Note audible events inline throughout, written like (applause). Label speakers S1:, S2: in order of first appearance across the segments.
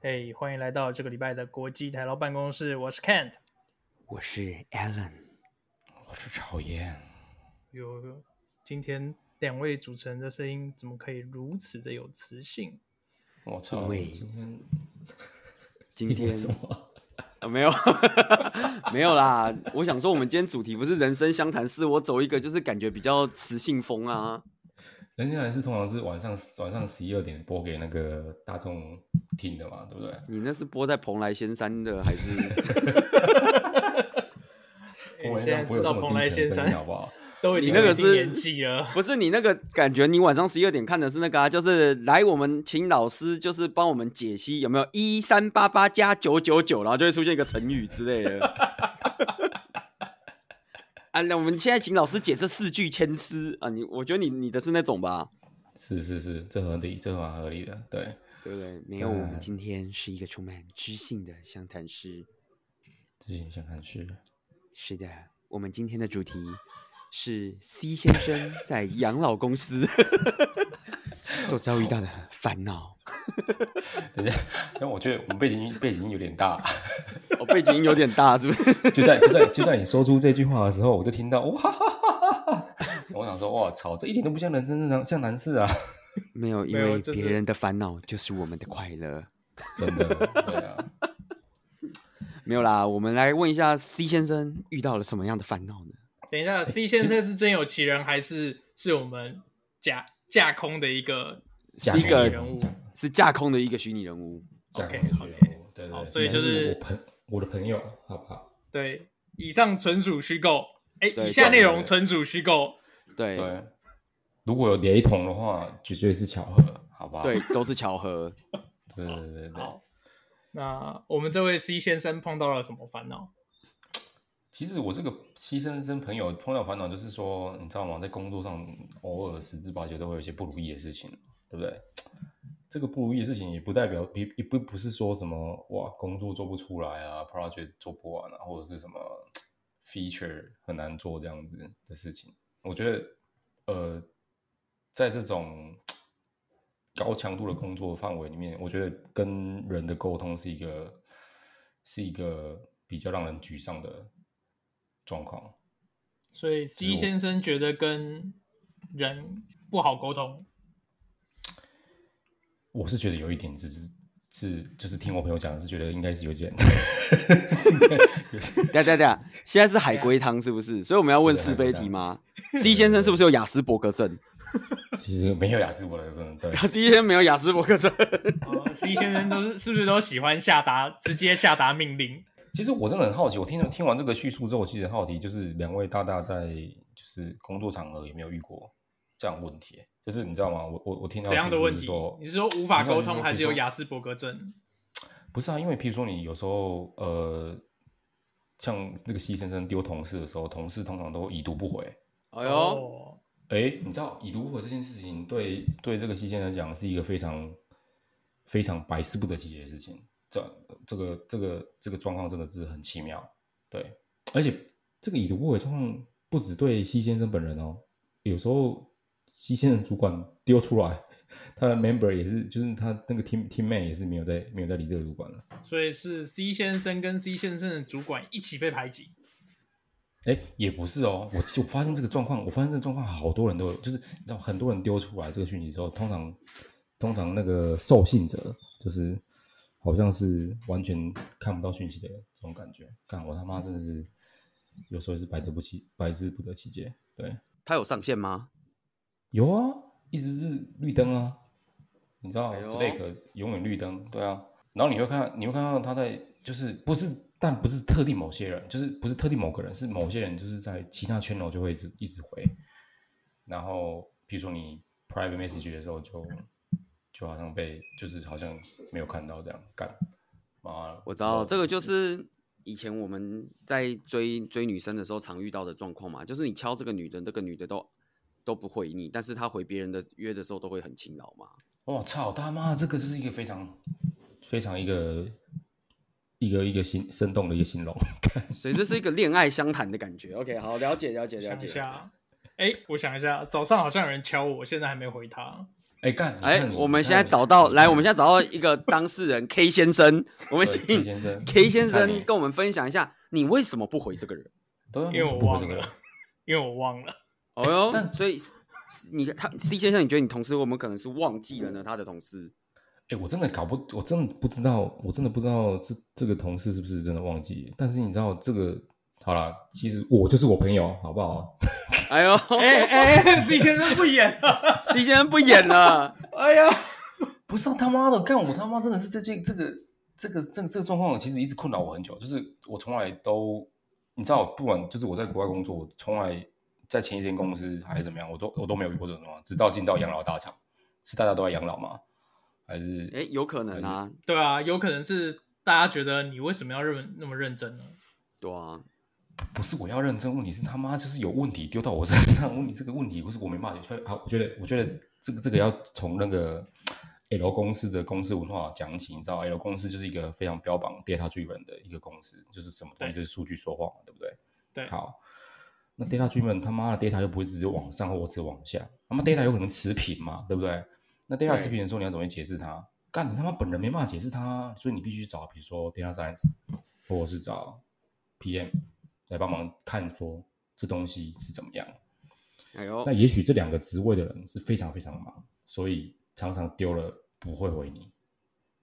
S1: 嘿哎欢迎来到这个礼拜的国际台劳办公室，我是 Kent。
S2: 我是 Alan，
S3: 我是讨厌，
S1: 有，今天两位主持人的声音怎么可以如此的有磁性？
S3: 我操！
S2: 因为
S3: 今天
S2: (laughs) 今
S3: 今
S2: 天
S3: (laughs) 天什么？
S2: 啊没有 (laughs) 没有啦，我想说我们今天主题不是人生相谈室，我走一个就是感觉比较磁性风啊，
S3: 人家还是通常是晚上晚上十一二点播给那个大众听的嘛，对不对？
S2: 你那是播在蓬莱仙山的还是？ (laughs)
S1: 诶
S3: 我
S1: 哎嗯现在知道蓬莱仙山 (laughs)
S3: 好不好？ (laughs)
S1: 都已
S2: 你
S1: 经
S2: 那个
S1: 有一定
S2: 是
S1: 年纪了，
S2: 不是你那个感觉，你晚上十一二点看的是那个啊，就是来我们请老师就是帮我们解析有没有一三八八加九九九，然后就会出现一个成语之类的。 (laughs) 啊，那我们现在请老师解这四句千丝啊，你我觉得你你的是那种吧，
S3: 是是是，这合理，这蛮合理的。对，
S2: 对不对？没有，我们
S3: 嗯
S2: 今天是一个充满知性的相谈室。
S3: 自己想看是
S2: 是的，我们今天的主题是 C 先生在养老公司 (laughs) 所遭遇到的烦 (laughs) 恼。
S3: 等一下，但我觉得我们背景音背 (laughs) 景音有点大，
S2: 我、哦背景音有点大，是不是？
S3: 就在就在就在你说出这句话的时候，我就听到哇哈哈哈哈！我想说，哇操，这一点都不像人生正常，像男士啊，
S2: (laughs) 没有，因
S1: 没有
S2: 为
S1: 就
S2: 别
S1: 是
S2: 人的烦恼就是我们的快乐。
S3: 真的，对啊。
S2: 没有啦，我们来问一下 C 先生遇到了什么样的烦恼呢？
S1: 等一下，C 先生是真有其人，还是是我们架架空的一个
S3: 假
S2: 是一个
S1: 人物
S2: 是架空的一个虚拟人物，
S3: 讲
S1: OK，
S3: 回去哦
S1: OK
S3: 对
S1: 好
S3: 对，
S1: 所以
S3: 既然
S1: 就是
S3: 我朋我的朋友，好不好？
S1: 对？以上纯属虚构，哎，
S2: 对
S1: 以下内容
S3: 对对对
S1: 纯属虚构。
S2: 对
S3: 对，如果有雷同的话，绝对是巧合，好吧？
S2: 对，都是巧合。
S3: 对对对对对。
S1: 好，那我们这位 C 先生碰到了什么烦恼？
S3: 其实我这个牺牲生朋友碰到烦恼，就是说，你知道吗？在工作上偶尔十之八九都会有一些不如意的事情，对不对？这个不如意的事情也不代表，也也不不是说什么哇，工作做不出来啊，project 做不完啊，或者是什么 feature 很难做这样子的事情。我觉得，呃，在这种高强度的工作范围里面，我觉得跟人的沟通是一个是一个比较让人沮丧的状况。
S1: 所以 C 先生觉得跟人不好沟通，
S3: (laughs) 我是觉得有一点，只是是就是听我朋友讲，是觉得应该是有一点
S2: 等下等下等
S3: (laughs)
S2: 下，现在是海龟汤是不是？所以我们要问
S3: 对啊
S2: 四
S3: 海龟
S2: 杯
S3: 汤
S2: 题吗？C 先生是不是有雅斯伯格
S3: (laughs)
S2: 症哦
S3: 其实没有雅思伯的真
S2: (laughs)
S3: 的对。
S2: ？C 先生没有雅斯伯格症。
S1: 呃，C 先生都是是不是都喜欢下达直接下达命令？
S3: (laughs) 其实我真的很好奇，我听了听完这个叙述之后，我其实很好奇，就是两位大大在就是工作场合有没有遇过这样的问题？就是你知道吗？我我我听到
S1: 怎样的
S3: 叙述
S1: 问
S3: 是
S1: 题
S3: 说？
S1: 你是说无法沟
S3: 比如
S1: 通，
S3: 说
S1: 还是有
S3: 比如说
S1: 雅斯伯格症？
S3: 不是啊，因为譬如说你有时候呃，像那个西先生丢同事的时候，同事通常都已读不回。
S2: 哎
S1: 哎
S3: 哦
S2: 呦，
S3: 诶，你知道已读不回这件事情对对这个西先生来讲是一个非常非常百思不得其解的事情。这这个这个这个状况真的是很奇妙，对，而且这个已读不回状况不只对西先生本人哦，有时候西先生主管丢出来， (laughs) 他的 member 也是，就是他那个 team team man 也是没有在没有在理这个主管了。
S1: 所以是 C 先生跟 C 先生的主管一起被排挤。
S3: 哎，也不是哦，我我发现这个状况，我发现这个状况好多人都有，就是你知道，很多人丢出来这个讯息之后，通常通常那个受信者就是好像是完全看不到讯息的这种感觉。干我他妈真的是有时候也是百得不其百思不得其解。对，
S2: 他有上线吗？
S3: 有啊，一直是绿灯啊，你知道、
S2: 哎呦
S3: Slack 永远绿灯，对啊。然后你会看，你会看到他在就是不是，但不是特定某些人，就是不是特定某个人，是某些人就是在其他圈楼就会一直一直回。然后比如说你 private message 的时候就，就好像被就是好像没有看到这样干。妈的，
S2: 我知道这个就是以前我们在追追女生的时候常遇到的状况嘛，就是你敲这个女的，这个女的都都不回你，但是她回别人的约的时候都会很勤劳嘛。
S3: 我操他妈，这个就是一个非常非常一个一个一个形生动的一个形容。
S2: 所以这是一个恋爱相谈的感觉。OK，好，了解了解了
S1: 想一
S2: 解。
S1: 下，哎，我想一下，早上好像有人敲我，现在还没回他。
S3: 哎、哎干，你
S2: 哎、
S3: 看你
S2: 我
S3: 你
S2: 们
S3: 看
S2: 现在
S3: 你
S2: 找到来，我们现在找到一个当事人 K 先生，我们
S3: 对
S2: 请
S3: K 先生
S2: K 先
S3: 你看
S2: 生
S3: 你
S2: 跟我们分享一下，你为什么不回这个人？
S3: 对啊，
S1: 因为
S3: 什么
S1: 我
S3: 不回
S1: 忘
S3: 这个
S1: 了
S3: 人
S1: 因为我忘了，
S2: (laughs) 哦哟，
S3: 哎但
S2: 所以 s- s- 你他 C 先生，你觉得你同事我们可能是忘记了呢？他的同事
S3: 哎、我真的搞不，我真的不知道，我真的不知道这这个同事是不是真的忘记。但是你知道这个，好啦，其实我就是我朋友，好不好？ (laughs)
S2: 哎呦
S1: 哎哎哎，C 先生不演
S2: (laughs)
S1: 了，
S2: ，C 先生不演了，
S1: 哎呀，
S3: 不是、啊、他妈的，干我他妈真的是这件这个这个这个这个状况，其实一直困扰我很久。就是我从来都，你知道，不管就是我在国外工作，我从来在前一间公司还是怎么样，我都我都没有遇过这种状况，直到进到养老大厂，是大家都在养老吗？还是
S2: 哎、有可能啊，
S1: 对啊，有可能是大家觉得你为什么要认那么认真呢？
S2: 对啊，
S3: 不是我要认真问你，是他妈就是有问题丢到我身上，问你这个问题，我是我没办法解决。好，我觉得我觉得这个这个要从那个 L 公司的公司文化讲起，你知道 L 公司就是一个非常标榜 data driven 的一个公司，就是什么东西就是数据说话嘛，对不对？
S1: 对
S3: 好，那 data driven 他妈的 data 又不会只是往上或只往下，他妈 data 有可能持平嘛，对不对？那
S1: 对
S3: data 持平的时候，你要怎么去解释它？干，你他妈本人没办法解释它，啊所以你必须找比如说 data science 或者是找 PM 来帮忙看说这东西是怎么样。
S2: 哎呦
S3: 那，也许这两个职位的人是非常非常忙，所以常常丢了不会回你。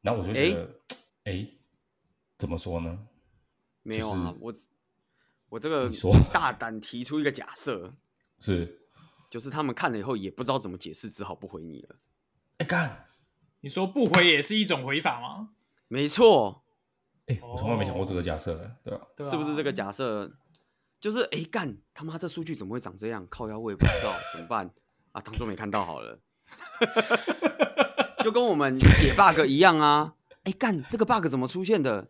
S3: 然后我就觉得，哎、怎么说呢？
S2: 没有啊
S3: 就，
S2: 我只我这个
S3: 你说
S2: 大胆提出一个假设，
S3: 是
S2: 就是他们看了以后也不知道怎么解释，只好不回你了。
S3: 哎干，
S1: 你说不回也是一种回法吗？
S2: 没错，
S3: 哎、我从来没想过这个假设的，对吧？
S1: 对啊
S2: 是不是这个？假设？就是哎干、他妈这数据怎么会长这样？靠腰我也不知道，怎么办啊？当做没看到好了，就跟我们解 bug 一样啊！哎、干，这个 bug 怎么出现的？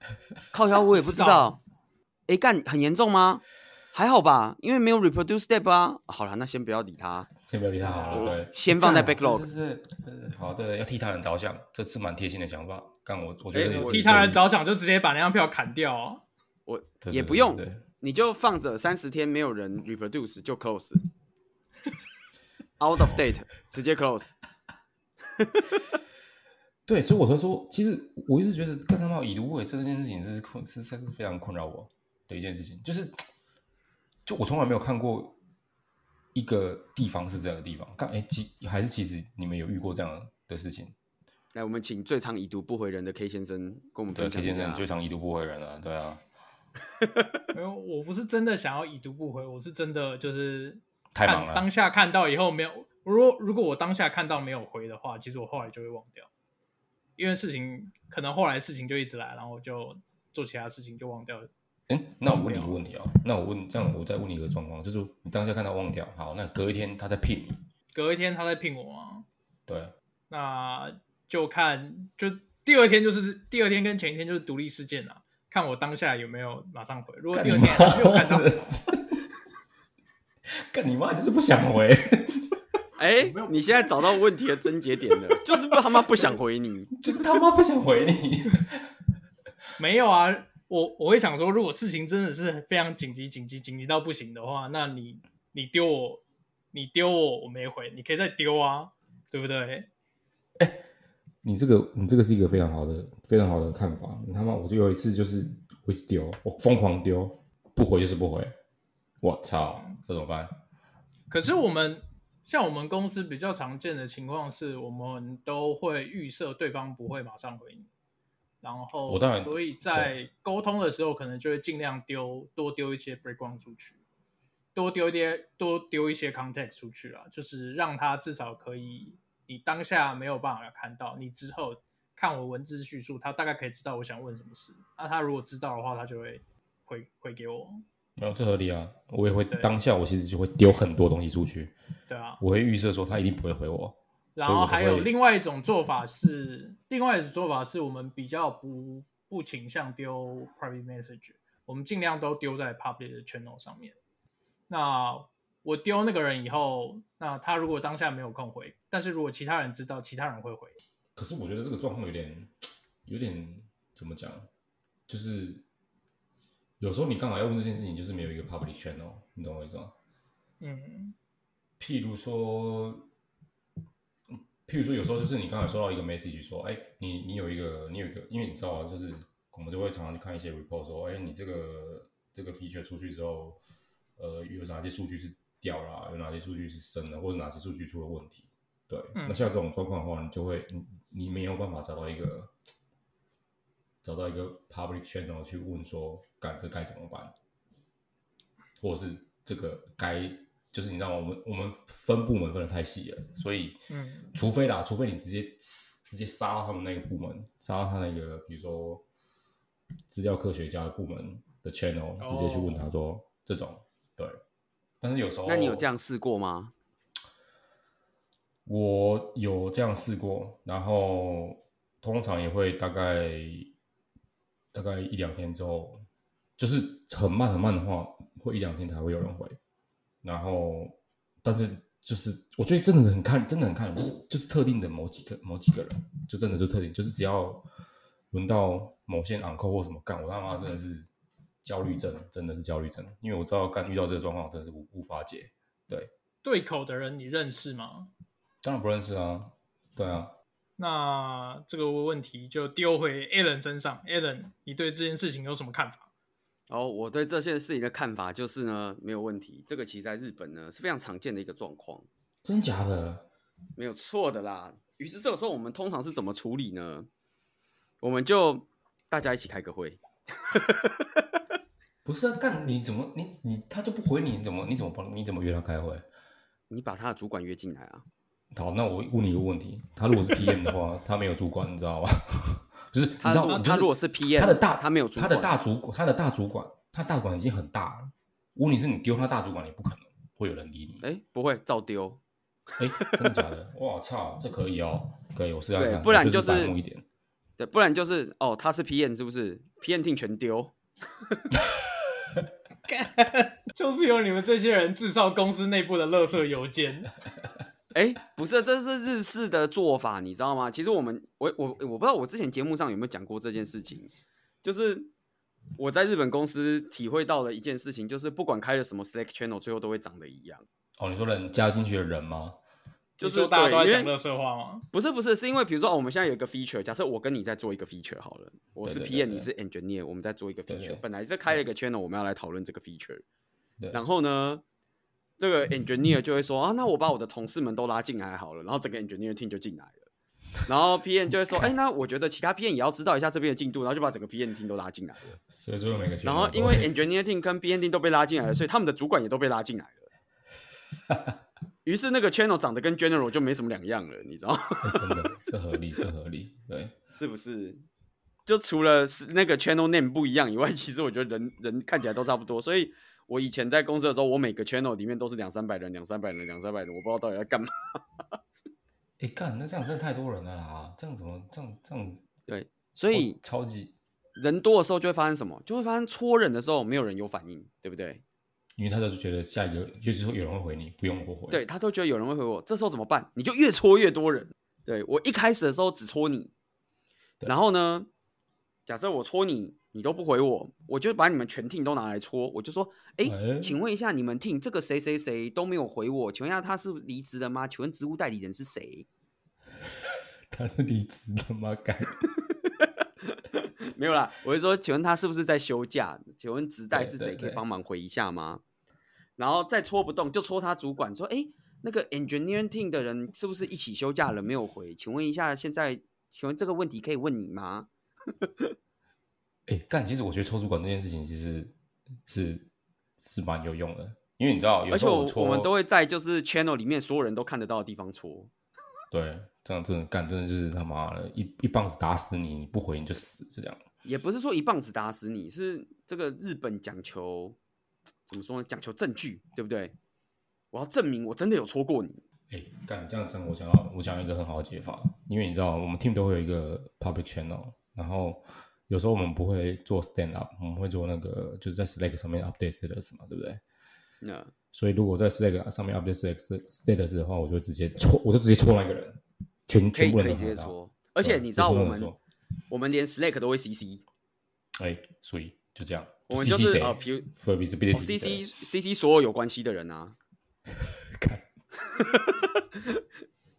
S2: 靠腰我也不知道。哎、干，很严重吗？还好吧，因为没有 reproduce step 啊。好了，那先不要理他，
S3: 先不要理他好了，对，
S2: 先放在
S3: 干
S2: backlog
S3: 对对对对对，好，对对，要替他人着想，这是蛮贴心的想法。干我，我觉
S2: 哎
S3: 得
S2: 我
S1: 替他人着想，就直接把那张票砍掉、哦。
S2: 我
S3: 对对
S2: 也不
S3: 对
S2: 用
S3: 对，
S2: 你就放着三十天没有人 reproduce 就 close，out of date 直接 close。
S3: 对，所以我才说，其实我一直觉得干他妈已读不回这件事情是困，是是是非常困扰我的一件事情。就是，就我从来没有看过一个地方是这样的地方。干哎，其还是其实你们有遇过这样的事情？
S2: 来，我们请最常已读不回人的 K 先生跟我们
S3: 对
S2: 分
S3: ，K
S2: 享一
S3: 先生
S2: 下。
S3: 最常已读不回人了，对啊，
S1: 没有，我不是真的想要已读不回，我是真的就是
S3: 太
S1: 看
S3: 忙了
S1: 当下看到以后没有，如果如果我当下看到没有回的话，其实我后来就会忘掉，因为事情可能后来事情就一直来，然后就做其他事情就忘掉了。
S3: 哎，那我问你一个问题啊、那我问这样，我再问你一个状况，就是你当下看到忘掉，好，那隔一天他再聘你，
S1: 隔一天他在聘我嘛，
S3: 对，啊
S1: 那就看就第二天就是第二天跟前一天就是独立事件啊，看我当下有没有马上回。如果第二天还没有看到，
S3: (laughs) 干你妈就是不想回，
S2: 哎、你现在找到问题的症结点了，就是不他妈不想回
S3: (laughs)
S2: 你。
S3: 就是他妈不想回你。
S1: 没有啊，我我会想说，如果事情真的是非常紧急、紧急、紧急到不行的话，那你你丢我，你丢我，我没回，你可以再丢啊，对不对？
S3: (laughs) 你这个，你这个是一个非常好的、非常好的看法。你他妈，我就有一次就是我一直丢，我疯狂丢，不回就是不回。我操，这怎么办？
S1: 可是我们像我们公司比较常见的情况是，我们都会预设对方不会马上回你，然后
S3: 我当然
S1: 所以在沟通的时候，可能就会尽量丢多丢一些 background 出去，多丢一些多丢一些 context 出去啊，就是让他至少可以你当下没有办法看到，你之后看我文字叙述，他大概可以知道我想问什么事。那他如果知道的话，他就会回回给我，
S3: 没有，这合理啊。我也会
S1: 对
S3: 当下，我其实就会丢很多东西出去，
S1: 对啊。
S3: 我会预设说他一定不会回我。
S1: 然后还有
S3: 所以我就会
S1: 另外一种做法是，另外一种做法是我们比较不不倾向丢 private message，我们尽量都丢在 public 的 channel 上面。那我丢那个人以后，那他如果当下没有空回，但是如果其他人知道，其他人会回。
S3: 可是我觉得这个状况有点，有点怎么讲？就是有时候你干嘛要问这件事情，就是没有一个 public channel，你懂我意思吗？
S1: 嗯，
S3: 譬如说，嗯譬如说，有时候就是你刚才收到一个 message 说，哎，你你有一个你有一个，因为你知道啊，就是我们都会常常去看一些 report 说，哎，你这个这个 feature 出去之后，呃，有哪些数据是掉啦，有哪些数据是升的，或者哪些数据出了问题。对，
S1: 嗯
S3: 那像这种状况的话，你就会你你没有办法找到一个找到一个 public channel 去问说，干这该怎么办，或者是这个该就是你知道我们我们分部门分的太细了，所以
S1: 嗯
S3: 除非啦，除非你直接直接杀到他们那个部门，杀到他那个比如说资料科学家的部门的 channel，直接去问他说、这种对，但是有时候
S2: 那你有这样试过吗？
S3: 我有这样试过，然后通常也会大概大概一两天之后，就是很慢很慢的话，会一两天才会有人回。然后，但是就是我觉得真的是很看，真的很看，就是就是特定的某几个某几个人，就真的就特定，就是只要轮到某些昂扣或什么干，我他妈真的是焦虑症，真的是焦虑症，因为我知道干遇到这个状况，我真的是无无法解。
S1: 对口的人你认识吗？
S3: 当然不认识啊，对啊，
S1: 那这个问题就丢回 Alan 身上，Alan，你对这件事情有什么看法？ (laughs)
S2: 然后哦我对这件事情的看法就是呢，没有问题。这个其实在日本呢是非常常见的一个状况，
S3: 真假的？
S2: 没有错的啦。于是这个时候我们通常是怎么处理呢？我们就大家一起开个会，
S3: 不是啊，干你怎么你你他就不回你，你怎么你怎么帮你怎么约他开会？
S2: 你把他的主管约进来啊。
S3: 好，那我问你一个问题，他如果是 PM 的话， (laughs) 他没有主管，你知道吗？ (laughs) 就是你
S2: 他
S3: 知道吗？
S2: 如
S3: 就是
S2: 他如果是 PM，
S3: 他的大
S2: 他没有主
S3: 他的
S2: 管
S3: 大主管，他的大主管，他大主管已经很大了。问题是你丢他大主管，也不可能会有人理你。
S2: 哎、不会照丢，
S3: 哎、真的假的？ (laughs) 我操，这可以哦，可以，我试下
S2: 对
S3: 看。，
S2: 不然
S3: 我
S2: 就
S3: 就是白目一点。
S2: 对，不然就是哦，他是 PM 是不是？PM 听全丢，
S1: 就是有你们这些人制造公司内部的垃圾邮件，
S2: 哎，不是，这是日式的做法，你知道吗？其实我们，我我我不知道我之前节目上有没有讲过这件事情，就是我在日本公司体会到了一件事情，就是不管开了什么 Slack channel，最后都会长得一样，
S3: 哦，你说人加进去的人吗？
S2: 就
S1: 你
S2: 是
S1: 说大家都在
S2: 对，
S1: 讲
S2: 因为
S1: 垃圾话吗？
S2: 不是不是，是因为比如说哦，我们现在有一个 feature，假设我跟你在做一个 feature 好了，我是
S3: 对
S2: PM，
S3: 对对对
S2: 你是 engineer，我们在做一个 feature，
S3: 对对
S2: 本来是开了一个 channel，我们要来讨论这个 feature，
S3: 对
S2: 然后呢，这
S3: (laughs)
S2: 个 engineer 就会说啊，那我把我的同事们都拉进来好了，然后整个 engineer team 就进来了，然后 PM 就会
S3: (laughs)
S2: 说，哎、那我觉得其他 PM 也要知道一下这边的进度，然后就把整个 PM team 都拉进来了，
S3: 所以最后每个群
S2: 然
S3: 都
S2: 后
S3: (laughs)
S2: 因为 engineer team 跟 PM team 都被拉进
S3: 嗯
S2: 来了，所以他们的主管也都被拉进来了。
S3: (laughs)
S2: 于是那个 channel 长得跟 general 就没什么两样了，你知道吗？
S3: 哎真的这合理，这合理，对。
S2: 是不是？就除了是那个 channel name 不一样以外，其实我觉得人人看起来都差不多。所以我以前在公司的时候，我每个 channel 里面都是两三百人、两三百人、两三百人，我不知道到底在干嘛。
S3: 哎、干，那这样真的太多人了啦！这样怎么这样这样？
S2: 对，所以
S3: 我超级，
S2: 人多的时候就会发生什么？就会发生戳人的时候没有人有反应，对不对？
S3: 因为他就是觉得下一个，就是说有人会回你，不用我回。
S2: 对，他都觉得有人会回我，这时候怎么办？你就越戳越多人。对我一开始的时候只戳你，
S3: 对
S2: 然后呢，假设我戳你，你都不回我，我就把你们全 team 都拿来戳，我就说，哎、
S3: 哎
S2: 请问一下你们 team 这个谁谁谁都没有回我，请问一下他是离职了吗？请问职务代理人是谁？ (laughs)
S3: 他是离职了吗？干，
S2: 没有啦，我是说，请问他是不是在休假？请问职代
S3: 对
S2: 是
S3: 对
S2: 谁？可以
S3: 对
S2: 帮忙回一下吗？然后再戳不动，就戳他主管说：“哎，那个 engineering team 的人是不是一起休假了没有回？请问一下，现在请问这个问题可以问你吗
S3: 哎、干，其实我觉得抽主管这件事情其实是是蛮有用的，因为你知道，？”有
S2: 而
S3: 时
S2: 且
S3: 候
S2: 我
S3: 戳，
S2: 我们都会在就是 channel 里面所有人都看得到的地方戳。
S3: 对这样真的干，真的就是他妈的一一棒子打死你，你不回你就死，就这样。
S2: 也不是说一棒子打死你，是这个日本讲求怎么说呢？讲求证据，对不对？我要证明我真的有戳过你。
S3: 哎、干这样这样，我想要我想要一个很好的解法，因为你知道我们 team 都会有一个 public channel，然后有时候我们不会做 stand up，我们会做那个就是在 Slack 上面 update status 嘛，对不对？
S2: 那
S3: 所以如果在 Slack 上面 update Slack status 的话，我就直接戳，我就直接戳那个人，全
S2: 可以
S3: 全部
S2: 可
S3: 人
S2: 以
S3: 都
S2: 直接
S3: 看得到。
S2: 戳，而且
S3: 对
S2: 你知道我
S3: 就嗯是那
S2: 们
S3: 种
S2: 我们连 Slack 都会 CC，
S3: 哎、所以就这样，
S2: 我们
S3: CC
S2: 就是
S3: 谁
S2: 啊比如
S3: for
S2: 哦
S3: visibility， (laughs)
S2: CC CC 所有有关系的人啊。
S3: 看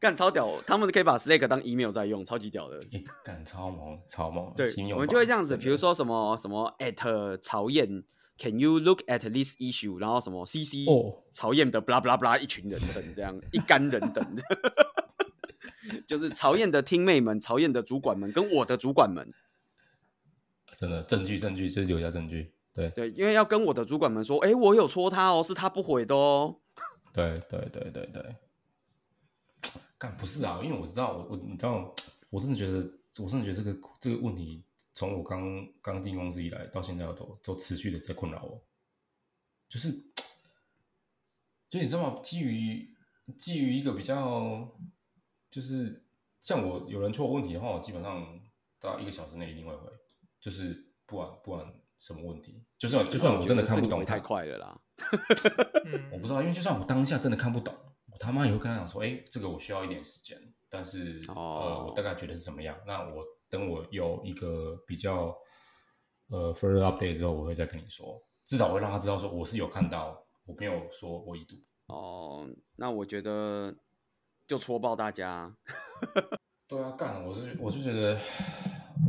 S2: 干超屌，他们可以把 Slack 当 email 在用，超级屌的。
S3: 哎，干超猛，超猛，
S2: 对
S3: 新，用
S2: 我们
S3: 法
S2: 就会这样子，
S3: 真的
S2: 比如说什么什么 at 曹燕，Can you look at this issue？然后什么 CC
S3: 哦
S2: 曹燕的 blah blah blah 一群人等这
S3: (laughs)
S2: 样一干人等， (laughs) 就是曹燕的听妹们、曹燕的主管们跟我的主管们，
S3: 真的证据证据就是留下证据，对
S2: 对，因为要跟我的主管们说，哎、我有戳他哦，是他不回的哦。
S3: 对对对对对，干不是啊，因为我知道我我你知道，我真的觉得我真的觉得这个这个问题，从我刚刚进公司以来到现在都都持续的在困扰我，就是就你知道吗？基于基于一个比较就是像我有人问我问题的话，我基本上大概一个小时内一定会回，就是不管不管什么问题，就算就算我真的看
S2: 是
S3: 不
S2: 你
S3: 懂
S2: 回
S3: 它
S2: 太快了啦。
S3: 我
S1: 嗯，
S3: 不知道，因为就算我当下真的看不懂，我他妈也会跟他讲说，哎、这个我需要一点时间，但是、
S2: 哦
S3: 呃，我大概觉得是怎么样，那我等我有一个比较呃 further update 之后，我会再跟你说，至少我会让他知道说我是有看到，我没有说我已读，
S2: 哦，那我觉得就戳爆大家。
S3: 对啊，干！我是我是觉得，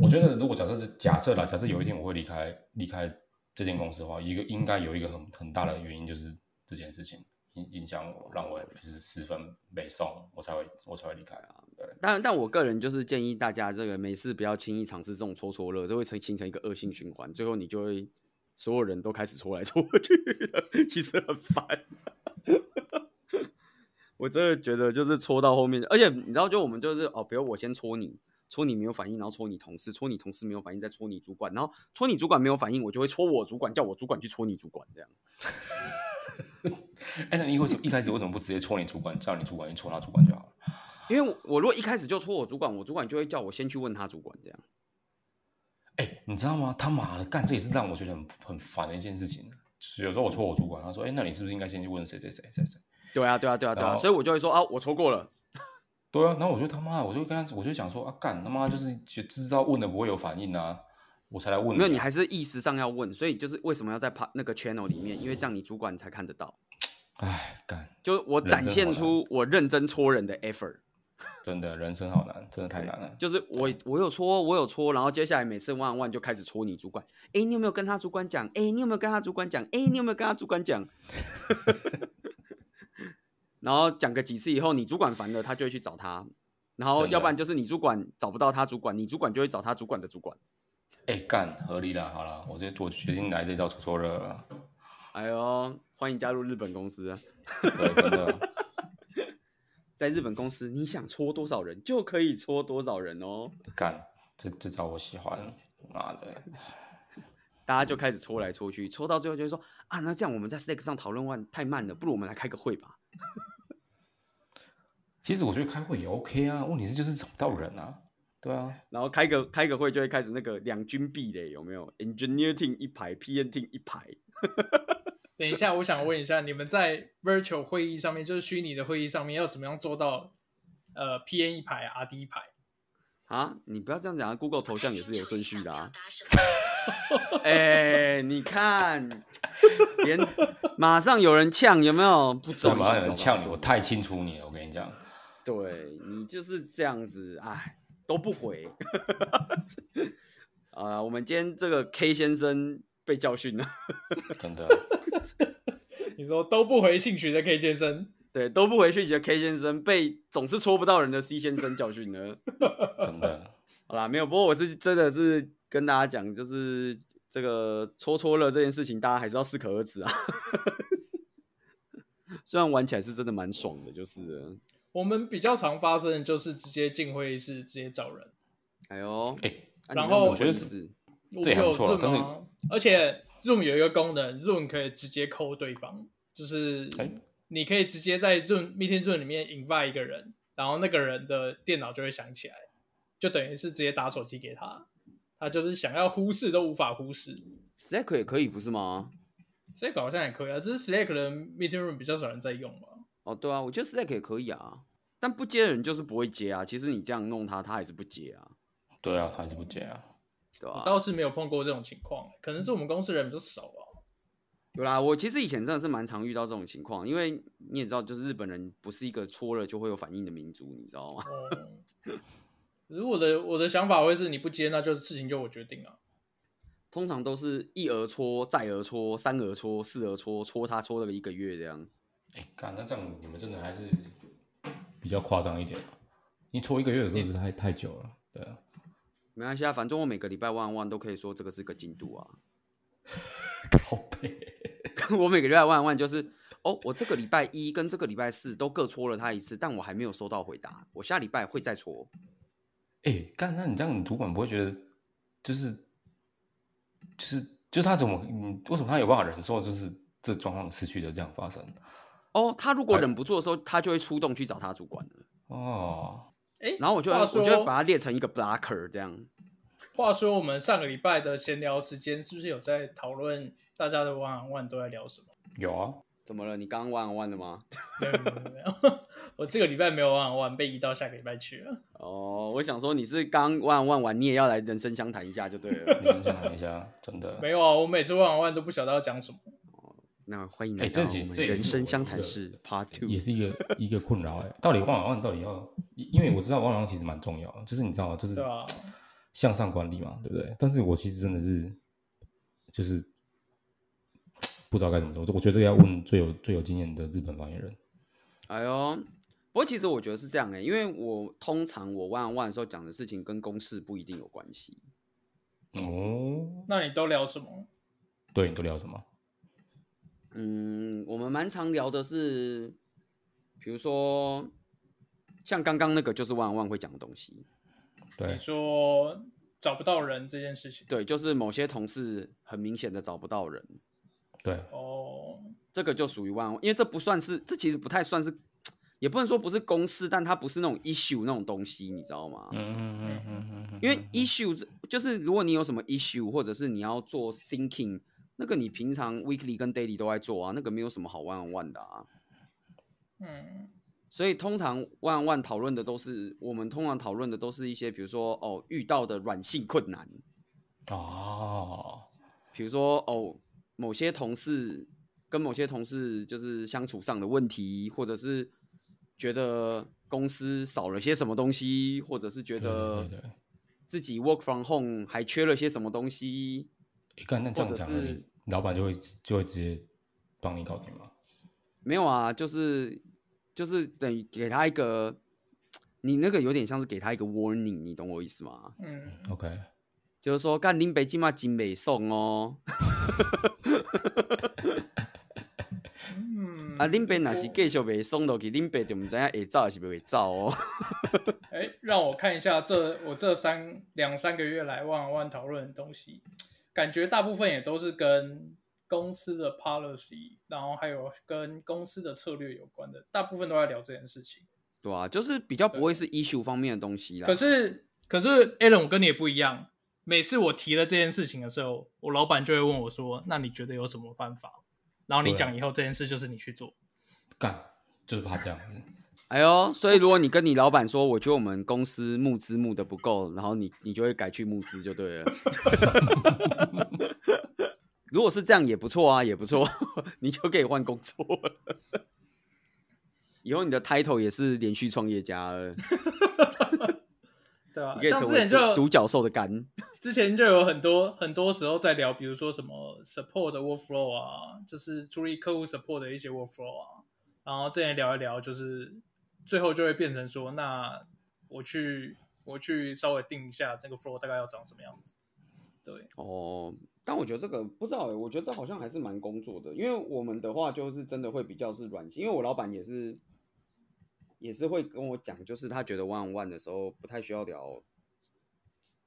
S3: 我觉得如果假设是假设啦，假设有一天我会离开离开这间公司的话，一个应该有一个很很大的原因就是这件事情影影响我，让我就是十分被送，我才会我才会离开啊。对，
S2: 但但我个人就是建议大家，这个没事不要轻易尝试这种戳戳乐，这会成形成一个恶性循环，最后你就会所有人都开始戳来戳去了，其实很烦。 (laughs) 我真的觉得就是戳到后面，而且你知道，就我们就是哦，比如我先戳你，戳你没有反应，然后戳你同事，戳你同事没有反应，再戳你主管，然后戳你主管没有反应，我就会戳我主管，叫我主管去戳你主管这样。
S3: 哎，那你为什么一开始为什么不直接戳你主管，叫你主管去戳他主管就好了？
S2: 因为我我如果一开始就戳我主管，我主管就会叫我先去问他主管这样。
S3: 哎，你知道吗？他妈的，干这也是让我觉得很很烦的一件事情。就是有时候我戳我主管，他说，哎，那你是不是应该先去问谁谁谁谁谁？
S2: 对啊，对啊，对啊，对
S3: 然
S2: 啊，
S3: 后
S2: 所以我就会说啊，我戳过了。
S3: 对啊，然后我就他妈的，我就跟他，我就想说啊，干他妈就是就知道问了不会有反应啊，我才来问啊。
S2: 没有，你还是意识上要问，所以就是为什么要在 pa- 那个 channel 里面，因为这样你主管才看得到。
S3: 哎，干，
S2: 就我
S3: 人
S2: 展
S3: 真
S2: 现
S3: 好难
S2: 出我认真戳人的 effort，
S3: 真的人生好难，真的太难了。
S2: 就是我我有戳，我有戳，然后接下来每次万万就开始戳你主管。哎，你有没有跟他主管讲？哎，你有没有跟他主管讲？哎，你有没有跟他主管讲？ (laughs) 然后讲个几次以后，你主管烦了，他就会去找他。然后
S3: 真的
S2: 要不然就是你主管找不到他主管，你主管就会找他主管的主管。
S3: 哎，干，合理啦，好啦，我就我决定来这招戳戳乐了。
S2: 哎呦，欢迎加入日本公司啊！
S3: 对，真的，
S2: (laughs) 在日本公司，你想搓多少人就可以搓多少人哦，
S3: 干，这这招我喜欢，妈的，
S2: 大家就开始搓来搓去，搓到最后就会说啊，那这样我们在 Slack 上讨论完太慢了，不如我们来开个会吧。
S3: 其实我觉得开会也 OK 啊，问题是就是找不到人啊。对啊，
S2: 然后开个开个会就会开始那个两军壁垒，有没有？Engineer team 一排，PM team 一排，
S1: 等一下，我想问一下，你们在 virtual 会议上面，就是虚拟的会议上面，要怎么样做到呃 PN 一排，RD 一排？
S2: 啊，你不要这样讲啊，Google 头像也是有顺序的啊。
S4: 啊。
S2: 哎、你看，连马上有人呛，有没有？不
S3: 这
S2: 走，
S3: 马上有人呛你，我
S2: 我
S3: 太清楚你了，我跟你讲。
S2: 对你就是这样子，哎，都不回。 (laughs) 啊、我们今天这个 K 先生被教训了，
S3: 真的，
S1: 你说都不回兴趣的 K 先生，
S2: 对，都不回讯息的 K 先生被总是戳不到人的 C 先生教训了。
S3: 真的，
S2: 好啦，没有，不过我是真的是跟大家讲，就是这个戳戳乐这件事情，大家还是要适可而止啊。 (laughs) 虽然玩起来是真的蛮爽的，就是了，
S1: 我们比较常发生的就是直接进会议室直接找人，
S2: 哎呦，
S3: 哎，
S2: 啊
S1: 然
S2: 你们有
S1: 后
S2: 没有
S1: 我
S3: 觉得
S2: 意思
S1: 我
S3: 这也
S1: 有
S3: 不错啦
S1: Zoom 啊，而且 Zoom 有一个功能，Zoom 可以直接扣对方，就是
S3: 哎
S1: 你可以直接在 Zoom meeting Zoom 里面 invite 一个人，然后那个人的电脑就会响起来，就等于是直接打手机给他，他就是想要忽视都无法忽视。
S2: Slack 也可以不是吗？
S1: Slack 好像也可以啊，只是 Slack 的 meeting room 比较少人在用嘛。
S2: 哦，对啊，我觉得 Slack 也可以啊，但不接的人就是不会接啊。其实你这样弄他，他还是不接啊，
S3: 对啊，还是不接啊。
S2: 对吧、
S1: 欸我倒是没有碰过这种情况，可能是我们公司人比较少啊。
S2: 有啦，我其实以前真的是蛮常遇到这种情况，因为你也知道，就是日本人不是一个搓了就会有反应的民族，你知道吗？ (laughs)
S1: 哦，可是我的我的想法会是，你不接，那就事情就我决定啊。
S2: 通常都是一而搓，再而搓，三而搓，四而搓，搓他搓了一个月这样。
S3: 哎、干，那这样你们真的还是比较夸张一点啊。你搓一个月有时候是太太久了，对啊。
S2: 没关系啊，反正我每个礼拜万万都可以说这个是个进度啊。 (laughs)
S3: 好背。
S2: 我每个礼拜万万就是，哦，我这个礼拜一跟这个礼拜四都各搓了他一次，但我还没有收到回答，我下礼拜会再搓。
S3: 哎、干，那你这样，你主管不会觉得就是就是就是他怎么，嗯，为什么他有办法忍受就是这状况持续的这样发生？
S2: 哦，他如果忍不住的时候，他就会出动去找他主管了。
S3: 哦，
S1: 哎，
S2: 然后我就会
S1: 话
S2: 我
S1: 说
S2: 就会把它列成一个 blocker 这样。
S1: 话说我们上个礼拜的闲聊时间，是不是有在讨论大家的 one on one 都在聊什么？
S3: 有啊，
S2: 怎么了？你刚刚万万了吗？
S1: 没有没有没有， (laughs) 我这个礼拜没有 one on one，被移到下个礼拜去了。
S2: 哦，我想说你是刚万万完，你也要来人生相谈一下就对了。
S3: 你们想谈一下，真 (laughs) 的。
S1: 没有啊，我每次 one on one 都不晓得要讲什么。
S2: (laughs) 那欢迎
S3: 哎
S2: 来
S3: 这
S2: 到
S3: 集
S2: 我们
S3: 这也
S2: 人
S3: 是
S2: 生
S3: 我
S2: 相
S3: 一
S2: 谈
S3: 个呃
S2: 室 Part
S3: 也
S2: Two。
S3: 是一个一个困扰哎、到底万万到底要，因为我知道万万其实蛮重要的，就是你知道，就是
S1: 对啊
S3: 向上管理嘛，对不对？但是我其实真的是就是不知道该怎么做，我觉得这个要问最有最有经验的日本发言人。
S2: 哎呦，不过其实我觉得是这样哎、因为我通常我万万的时候讲的事情跟公式不一定有关系。
S3: 哦，
S1: 那你都聊什么？
S3: 对，你都聊什么？
S2: 嗯，我们蛮常聊的是，比如说像刚刚那个就是万万会讲的东西，
S3: 对
S1: 你，说找不到人这件事情。
S2: 对，就是某些同事很明显的找不到人，
S3: 对，
S1: 哦，
S2: 这个就属于万万，因为这不算是，这其实不太算是，也不能说不是公司，但它不是那种 issue 那种东西，你知道吗？
S3: 嗯嗯嗯嗯嗯嗯，
S2: 因为 issue 这就是如果你有什么 issue，或者是你要做 thinking，那个你平常 weekly 跟 daily 都在做啊，那个没有什么好万万的啊。
S1: 嗯，
S2: 所以通常万万讨论的都是，我们通常讨论的都是一些，比如说哦遇到的软性困难，
S3: 哦，
S2: 比如说哦，某些同事跟某些同事就是相处上的问题，或者是觉得公司少了些什么东西，或者是觉
S3: 对对
S2: 得
S3: 对对，
S2: 自己 work from home 还缺了些什么东西。
S3: 诶干那这样
S2: 或者
S3: 讲
S2: 是，
S3: 老板就会就会直接帮你搞定吗？
S2: 没有啊，就是就是等于给他一个，你那个有点像是给他一个 warning，你懂我意思吗？
S1: 嗯，
S3: OK，
S2: 就是说，干林北京嘛，金美送哦，
S1: 嗯
S2: 啊，林北若是继续未送落去，林北就唔知影会走还是未走哦。
S1: 哎，让我看一下这我这三两三个月来万万讨论的东西，感觉大部分也都是跟公司的 policy，然后还有跟公司的策略有关的，大部分都在聊这件事情。
S2: 对啊，就是比较不会是 issue 方面的东西啦。
S1: 可是可是 Alan，我跟你也不一样，每次我提了这件事情的时候，我老板就会问我说：“那你觉得有什么办法？”然后你
S3: 对啊
S1: 讲以后这件事就是你去做。
S3: 干就是怕这样子。
S2: 哎呦，所以如果你跟你老板说，我觉得我们公司募资募的不够，然后你你就会改去募资就对了。 (laughs) 如果是这样也不错啊，也不错，你就可以换工作了。以后你的 title 也是连续创业家了，你
S1: 对啊，
S2: 可以
S1: 像
S2: 成
S1: 之
S2: 为
S1: 前就
S2: 独角兽的肝。
S1: 之前就有很多很多时候在聊，比如说什么 support 的 workflow 啊，就是处理客户 support 的一些 workflow 啊，然后之前聊一聊，就是最后就会变成说，那我去我去稍微定一下这个 flow 大概要长什么样子。对，
S2: 哦，但我觉得这个不知道哎，我觉得这好像还是蛮工作的，因为我们的话就是真的会比较是软性，因为我老板也是也是会跟我讲，就是他觉得万万的时候不太需要聊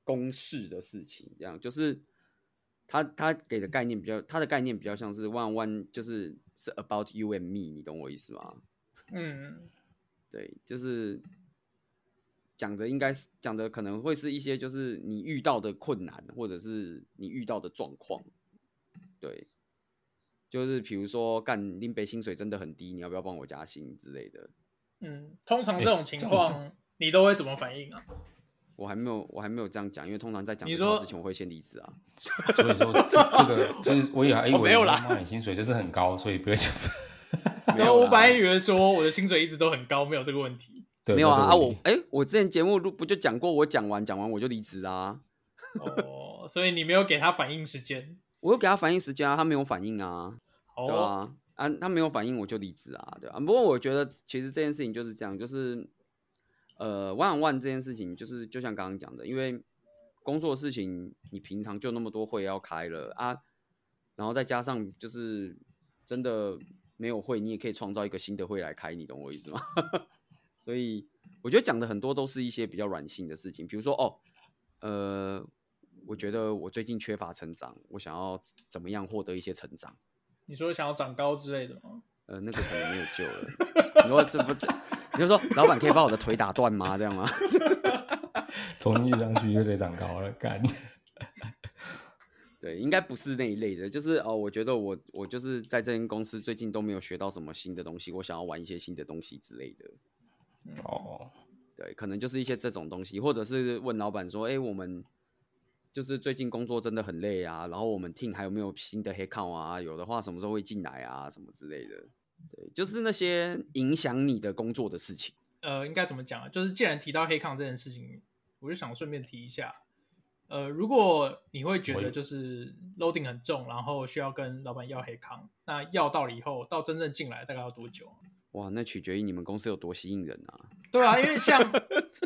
S2: 公事的事情，这样就是他他给的概念比较，他的概念比较像是万万就是是 about you and me，你懂我意思吗？
S1: 嗯，
S2: 对，就是讲的应该是讲的可能会是一些就是你遇到的困难，或者是你遇到的状况。对，就是比如说干林北薪水真的很低，你要不要帮我加薪之类的？
S1: 嗯，通常这种情
S3: 诶这
S2: (laughs)
S3: 样
S1: 况、你都会怎么反应啊？
S2: 我还没有，我还没有这样讲，因为通常在讲
S1: 你
S2: 这句话
S1: 说
S2: 之前我会先离职
S1: (laughs)
S2: 啊。
S3: 所以说这这个，所以我也还以
S2: 哦没
S3: 为
S2: 有啦
S3: 妈妈你薪水就是很高，所以不会讲。
S2: 没
S1: 然
S2: 有
S1: 后我
S2: 啦
S1: 本来以为说我的薪水一直都很高，没有这个问题。
S3: 对
S2: 没有啊
S3: 这
S2: 啊
S3: 个
S2: 我
S3: 问题
S2: 哎、我之前节目录不就讲过，我讲完讲完我就离职啊啦。
S1: 哦，所以你没有给他反应时间。
S2: 我有给他反应时间啊，他没有反应啊，
S1: 哦，
S2: 对啊，啊他没有反应我就离职啊，对啊。不过我觉得其实这件事情就是这样，就是呃万 n 万这件事情就是就像刚刚讲的，因为工作的事情你平常就那么多会要开了啊，然后再加上就是真的没有会，你也可以创造一个新的会来开，你懂我意思吗？ (laughs) 所以我觉得讲的很多都是一些比较软性的事情，比如说哦，呃，我觉得我最近缺乏成长，我想要怎么样获得一些成长，
S1: 你说想要长高之类的吗？
S2: 呃，那个可能没有救了。 (laughs) 你说这不，你就说老板可以把我的腿打断吗？这样吗？ (laughs)
S3: 从一上去就得长高了，干。
S2: 对，应该不是那一类的，就是哦，我觉得我我就是在这间公司最近都没有学到什么新的东西，我想要玩一些新的东西之类的。
S3: 哦，
S2: 对，可能就是一些这种东西，或者是问老板说，哎、我们就是最近工作真的很累啊，然后我们 team 还有没有新的黑 count 啊？有的话什么时候会进来啊？什么之类的。对，就是那些影响你的工作的事情。
S1: 呃，应该怎么讲啊？就是既然提到黑抗这件事情，我就想顺便提一下。呃，如果你会觉
S3: 我
S1: 得
S3: 有
S1: 就是 loading 很重，然后需要跟老板要黑抗，那要到了以后，到真正进来大概要多久啊？
S2: 哇，那取决于你们公司有多吸引人啊！
S1: 对啊，因为 (laughs) 像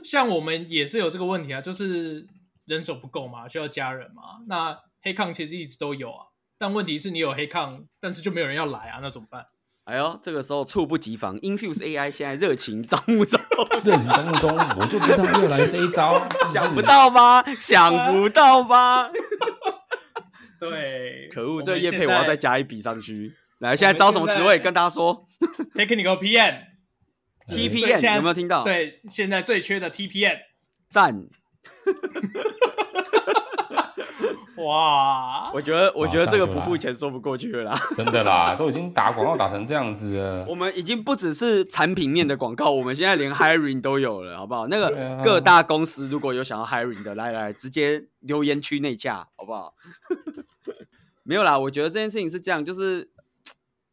S1: 像我们也是有这个问题啊，就是人手不够嘛，需要加人嘛。那黑抗其实一直都有啊，但问题是你有黑抗，但是就没有人要来啊，那怎么办？
S2: 哎呦，这个时候猝不及防，Infuse AI 现在热情招募中，
S1: (laughs)
S3: 热情招募中，我就知道又来这一招，
S2: 想不。到吧？想不
S1: (laughs)
S2: 到吧？
S1: 对，
S2: 可恶，
S1: 们
S2: 这个叶配
S1: 现
S2: 我
S1: 在
S2: 要再加一笔上去。来，现在招什么职
S1: 我们
S2: 位？
S1: 现在
S2: 跟大家说
S1: (laughs) technical PM，
S3: 对
S1: 所以现在
S2: ，TPN 有没有听到？，
S1: 对，现在最缺的 TPM，
S2: 赞！
S1: 哇，
S2: 我觉得，我觉得
S3: 马上
S2: 这个
S3: 就
S2: 不
S3: 来
S2: 付钱说不过去了啦。
S3: 真的啦，都已经打广告打成这样子了
S2: 我，们已经不只是产品面的广告，我们现在
S3: (laughs)
S2: 连 hiring 都有了，好不好？那
S3: 对啊
S2: 个各大公司如果有想要 hiring 的，来来，直接留言区内洽，好不好？ (laughs) 没有啦，我觉得这件事情是这样，就是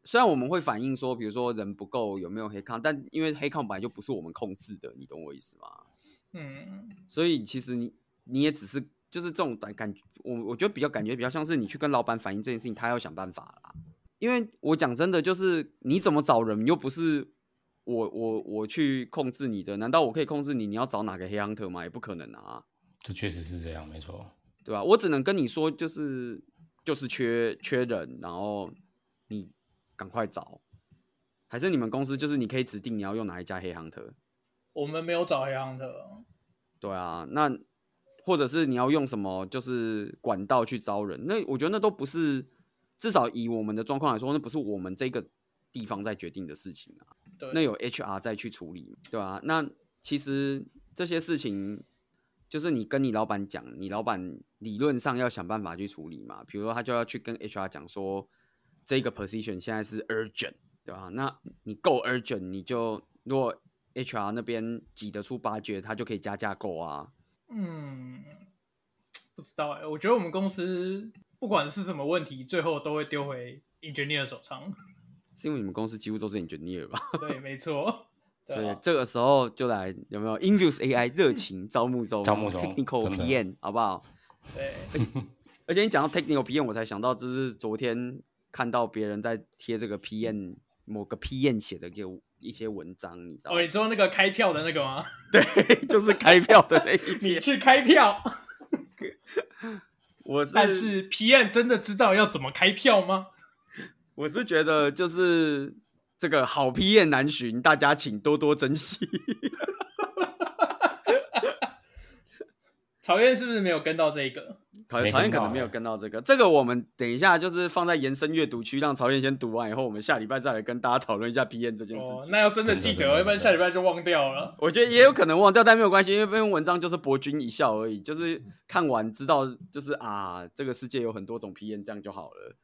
S2: 虽然我们会反映说，比如说人不够，有没有黑抗，但因为黑抗本来就不是我们控制的，你懂我意思吗？
S1: 嗯，
S2: 所以其实你你也只是就是这种感感觉，我我觉得比较感觉比较像是你去跟老板反映这件事情，他要想办法啦。因为我讲真的，就是你怎么找人，又不是我我我去控制你的，难道我可以控制你？你要找哪个黑 hunter 吗？也不可能啊，
S3: 这确实是这样，没错。
S2: 对吧？我只能跟你说，就是就是缺缺人，然后你赶快找。还是你们公司就是你可以指定你要用哪一家黑 hunter，
S1: 我们没有找黑 hunter，
S2: 对啊，那或者是你要用什么就是管道去招人，那我觉得那都不是，至少以我们的状况来说，那不是我们这个地方在决定的事情啊，
S1: 对，
S2: 那有 HR 再去处理，对啊，那其实这些事情就是你跟你老板讲，你老板理论上要想办法去处理嘛，比如说他就要去跟 HR 讲说，这个 position 现在是 urgent，对吧？那你够 urgent，你就如果 HR 那边挤得出八角，他就可以加价购啊。
S1: 嗯，不知道哎、我觉得我们公司不管是什么问题，最后都会丢回 engineer 手上。 (laughs)
S2: 是因为你们公司几乎都是 engineer 吧？
S1: 对，没错。对
S2: 所以
S1: 啊，
S2: 这个时候就来有没有 Infuse AI 热情招募中，
S3: 招募中
S2: technical
S3: 真的
S2: PM 好不好？
S1: 对，
S2: 而且你讲到 technical PM，我才想到，这是昨天看到别人在贴这个 PM 某个 PM 写的给一些文章，你知道吗
S1: 哦，？你说那个开票的那个吗？ (laughs)
S2: 对， (laughs) 就是开票的那一
S1: 你
S2: 篇。
S1: 去开票，
S2: 我是
S1: 但是 PM 真的知道要怎么开票吗？
S2: 我是觉得就是这个好 PM 难寻，大家请多多珍惜。 (laughs)
S1: 曹燕是不是没有跟到这个？
S2: 曹
S3: 没
S2: 曹燕可
S3: 跟到
S2: 能没有
S3: 欸
S2: 跟到这个，这个我们等一下就是放在延伸阅读区，让曹燕先读完以后，我们下礼拜再来跟大家讨论一下 PM 这件事
S1: 哦，
S2: 情。
S1: 那要真的记
S3: 真的真的
S1: 得，要不然下礼拜就忘掉了。
S2: 我觉得也有可能忘掉，但没有关系，因为这篇文章就是博君一笑而已，就是看完知道，就是啊，这个世界有很多种 PM，这样就好了，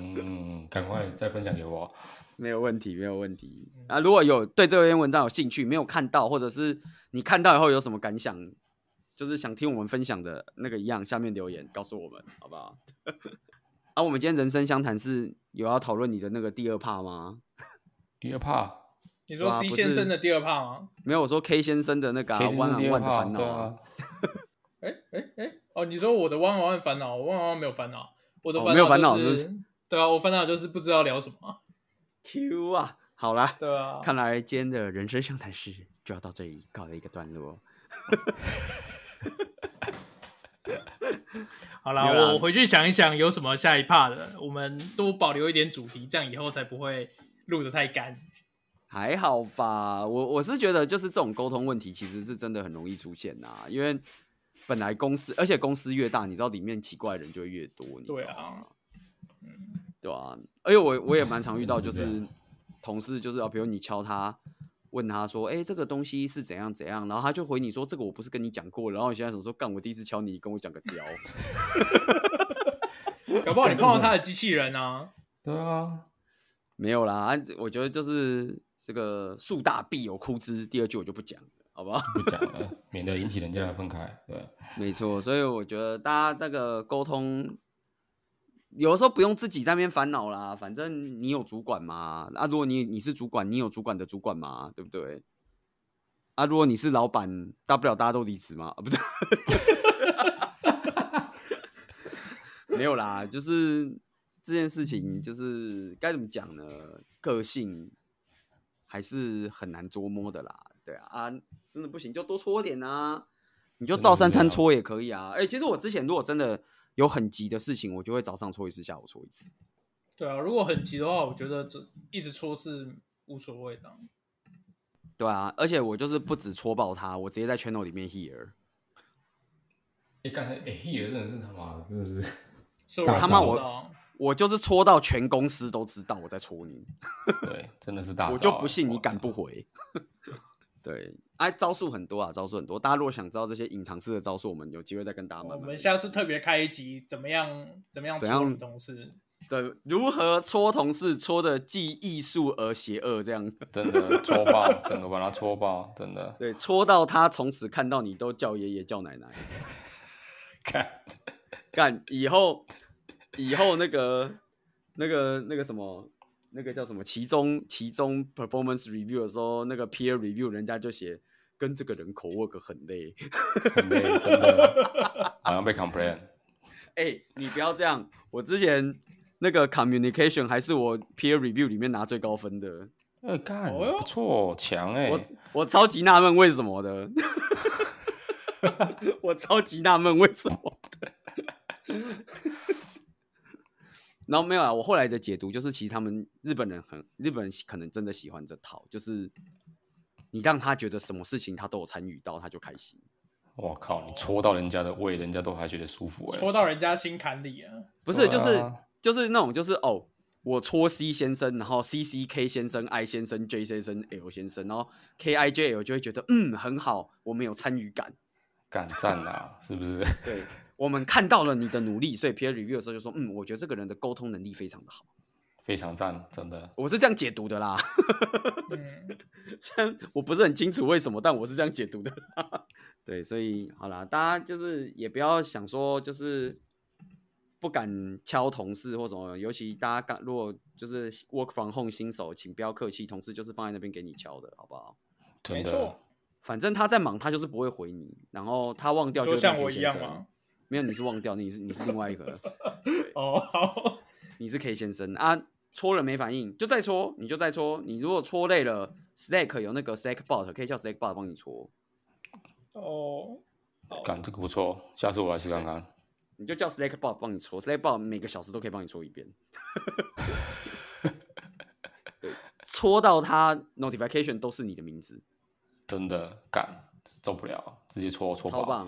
S3: 嗯，赶快再分享给我。
S2: 没有问题，没有问题。啊，如果有对这篇文章有兴趣，没有看到，或者是你看到以后有什么感想，就是想听我们分享的那个一样，下面留言告诉我们，好不好？ (laughs) 啊，我们今天人生相谈是有要讨论你的那个第二趴吗？
S3: 第二怕
S1: 你说
S2: 哇
S1: C
S2: 啊不
S1: 先
S2: 是
S1: 生的第二怕吗？
S2: 没有，我说 K 先生的那个、啊《
S3: 可以是
S2: 万
S3: 第
S2: 万万的
S3: 二怕，
S2: 烦恼
S3: 对》啊，
S1: 哎哎哎，哦，你说我的万万万烦恼，我万万万没有烦恼，我的
S2: 哦
S1: 烦恼、就是
S2: 没有烦恼
S1: 是
S2: 是
S1: 对啊，我烦恼就是不知道聊什么，
S2: Q 啊，好啦，
S1: 对啊，
S2: 看来今天的人生相谈室就要到这里告了一个段落。
S1: 好啦，
S2: 没有啦
S1: 我回去想一想有什么下一趴的，我们多保留一点主题，这样以后才不会录的太干。
S2: 还好吧，我我是觉得就是这种沟通问题，其实是真的很容易出现呐、因为本来公司，而且公司越大，你知道里面奇怪的人就会越多，你知道吗
S1: 对啊，
S2: 对啊，而且我我也蛮常遇到，就
S3: 真的
S2: 是同事就是啊，比如你敲他，问他说，哎、这个东西是怎样怎样，然后他就回你说，这个我不是跟你讲过，然后你现在想说，干，我第一次敲你，你跟我讲个屌，
S1: 搞不好你碰到他的机器人啊，
S3: 对啊，
S2: 没有啦，啊我觉得就是这个树大必有枯枝，第二句我就不讲了，好不好？ (laughs)
S3: 不讲了，免得引起人家的分开，对。
S2: 没错，所以我觉得大家这个沟通，有的时候不用自己在那边烦恼啦，反正你有主管嘛。啊，如果你你是主管，你有主管的主管嘛，对不对？啊，如果你是老板，大不了大家都离职嘛，啊、不是？ (laughs) 没有啦，就是这件事
S3: 嗯
S2: 情，就是该怎么讲呢？个性还是很难捉摸的啦。对啊，啊，真的不行就多搓点啊，你就
S3: 真的
S2: 照
S3: 是
S2: 三
S3: 这
S2: 餐
S3: 样
S2: 搓也可以啊。哎、其实我之前如果真的有很急的事情，我就会早上搓一次，下午搓一次。
S1: 对啊，如果很急的话，我觉得这一直戳是无所谓的啊。
S2: 对啊，而且我就是不止戳爆他，我直接在 channel 里面 hear。
S3: 哎，刚才哎，Here 真的是他妈的，真的是
S1: 所以我
S3: 他妈
S2: 我
S1: 知道啊
S2: 我就是戳到全公司都知道我在戳你，
S3: 对，真的是大招啊，
S2: 我就不信你敢不
S3: 我操
S2: 回。 (laughs) 对，哎、招数很多啊，招数很多。大家如果想知道这些隐藏式的招数，我们有机会再跟大家慢
S1: 我
S2: 慢
S1: 们
S2: 聊。
S1: 下次特别开一集，怎么样？怎么样
S2: 怎
S1: 戳
S2: 样
S1: 女同事？
S2: 这如何戳同事，戳的既艺术而邪恶，这样
S3: 真的戳爆，整个把他戳爆，
S1: (laughs)
S3: 真的。
S2: 对，戳到他从此看到你都叫爷爷叫奶奶。
S3: 看，
S2: 干以后以后那个那个那个什么那个叫什么其中其中 performance review 的时候，那个 peer review 人家就写跟这个人 co work 很累。
S3: 很累，真的，好像被 complain。
S2: 哎、你不要这样，我之前那个 communication 还是我 peer review 里面拿最高分的，
S3: 呃，干，
S1: 哦哟
S3: 不错，强哎、
S2: 我我超级纳闷为什么的， (laughs) 我超级纳闷为什么的。然后没有啊，我后来的解读就是，其实他们日本人很日本人可能真的喜欢这套，就是你让他觉得什么事情他都有参与到，他就开心。
S3: 我靠，你戳到人家的胃，人家都还觉得舒服哎、
S1: 戳到人家心坎里啊！
S2: 不是，
S3: 对
S2: 就
S3: 啊
S2: 是就是那种就是哦，我戳 C 先生，然后 C C K 先生、I 先生、J 先生、L 先生，然后 K I J L 就会觉得嗯很好，我们有参与感。
S3: 敢赞啊，是不是？ (laughs)
S2: 对我们看到了你的努力，所以 peer review 的时候就说，嗯，我觉得这个人的沟通能力非常的好，
S3: 非常赞，真的。
S2: 我是这样解读的啦。 (laughs)
S1: 嗯，
S2: 虽然我不是很清楚为什么，但我是这样解读的啦。 (laughs) 对，所以好啦，大家就是也不要想说就是不敢敲同事或什么，尤其大家刚如果就是 work from home 新手，请不要客气，同事就是放在那边给你敲的，好不好？
S3: 真
S1: 没
S3: 的
S1: 错，，
S2: 反正他在忙，他就是不会回你，然后他忘掉
S1: 就
S2: 就
S1: 像
S2: 是
S1: 我
S2: K
S1: 一
S2: 先
S1: 样啊
S2: 生
S1: 嘛。
S2: 没有，你是忘掉，你是你是另外一个。
S1: 哦，好，
S2: 你是 K 先生啊，戳了没反应就再戳，你就再戳。你如果戳累了，Slack 有那个 Slack bot 可以叫 Slack bot 帮你戳，
S1: 哦，
S3: 干这个不错，下次我来试看看。
S2: 你就叫 Slack bot 帮你戳，Slack bot 每个小时都可以帮你戳一遍。对，戳到他 notification 都是你的名字，
S3: 真的干受不了，直接戳戳爆，
S2: 超棒，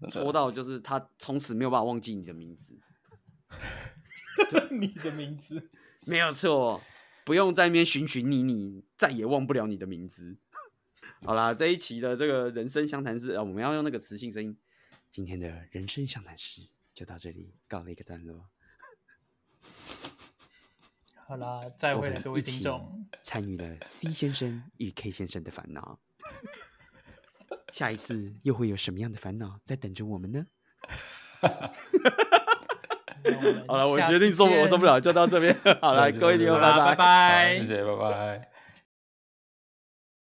S3: 真的
S2: 戳到就是他从此没有办法忘记你的名字，
S1: (laughs) 你的名字，
S2: 没有错，不用在那边寻寻觅觅，再也忘不了你的名字。 (laughs) 好啦，这一期的这个人生相谈室啊，我们要用那个磁性声音。今天的人生相谈室就到这里告了一个段落。
S1: 好啦，再
S2: 我
S1: 会
S2: 们
S1: 了各
S2: 一
S1: 位听
S2: 起
S1: 众，
S2: (laughs) 参与了 C 先生与 K 先生的烦恼。下一次又会有什么样的烦恼在等着我们呢？好了，我决定受
S1: 说
S2: 不我受不了，就到这边。好了， (laughs)
S3: 对
S2: 各位听
S3: 就
S2: 众，
S3: 到
S1: 这
S2: 拜
S1: 边拜
S2: 拜。
S1: 拜
S3: 好谢谢，拜拜。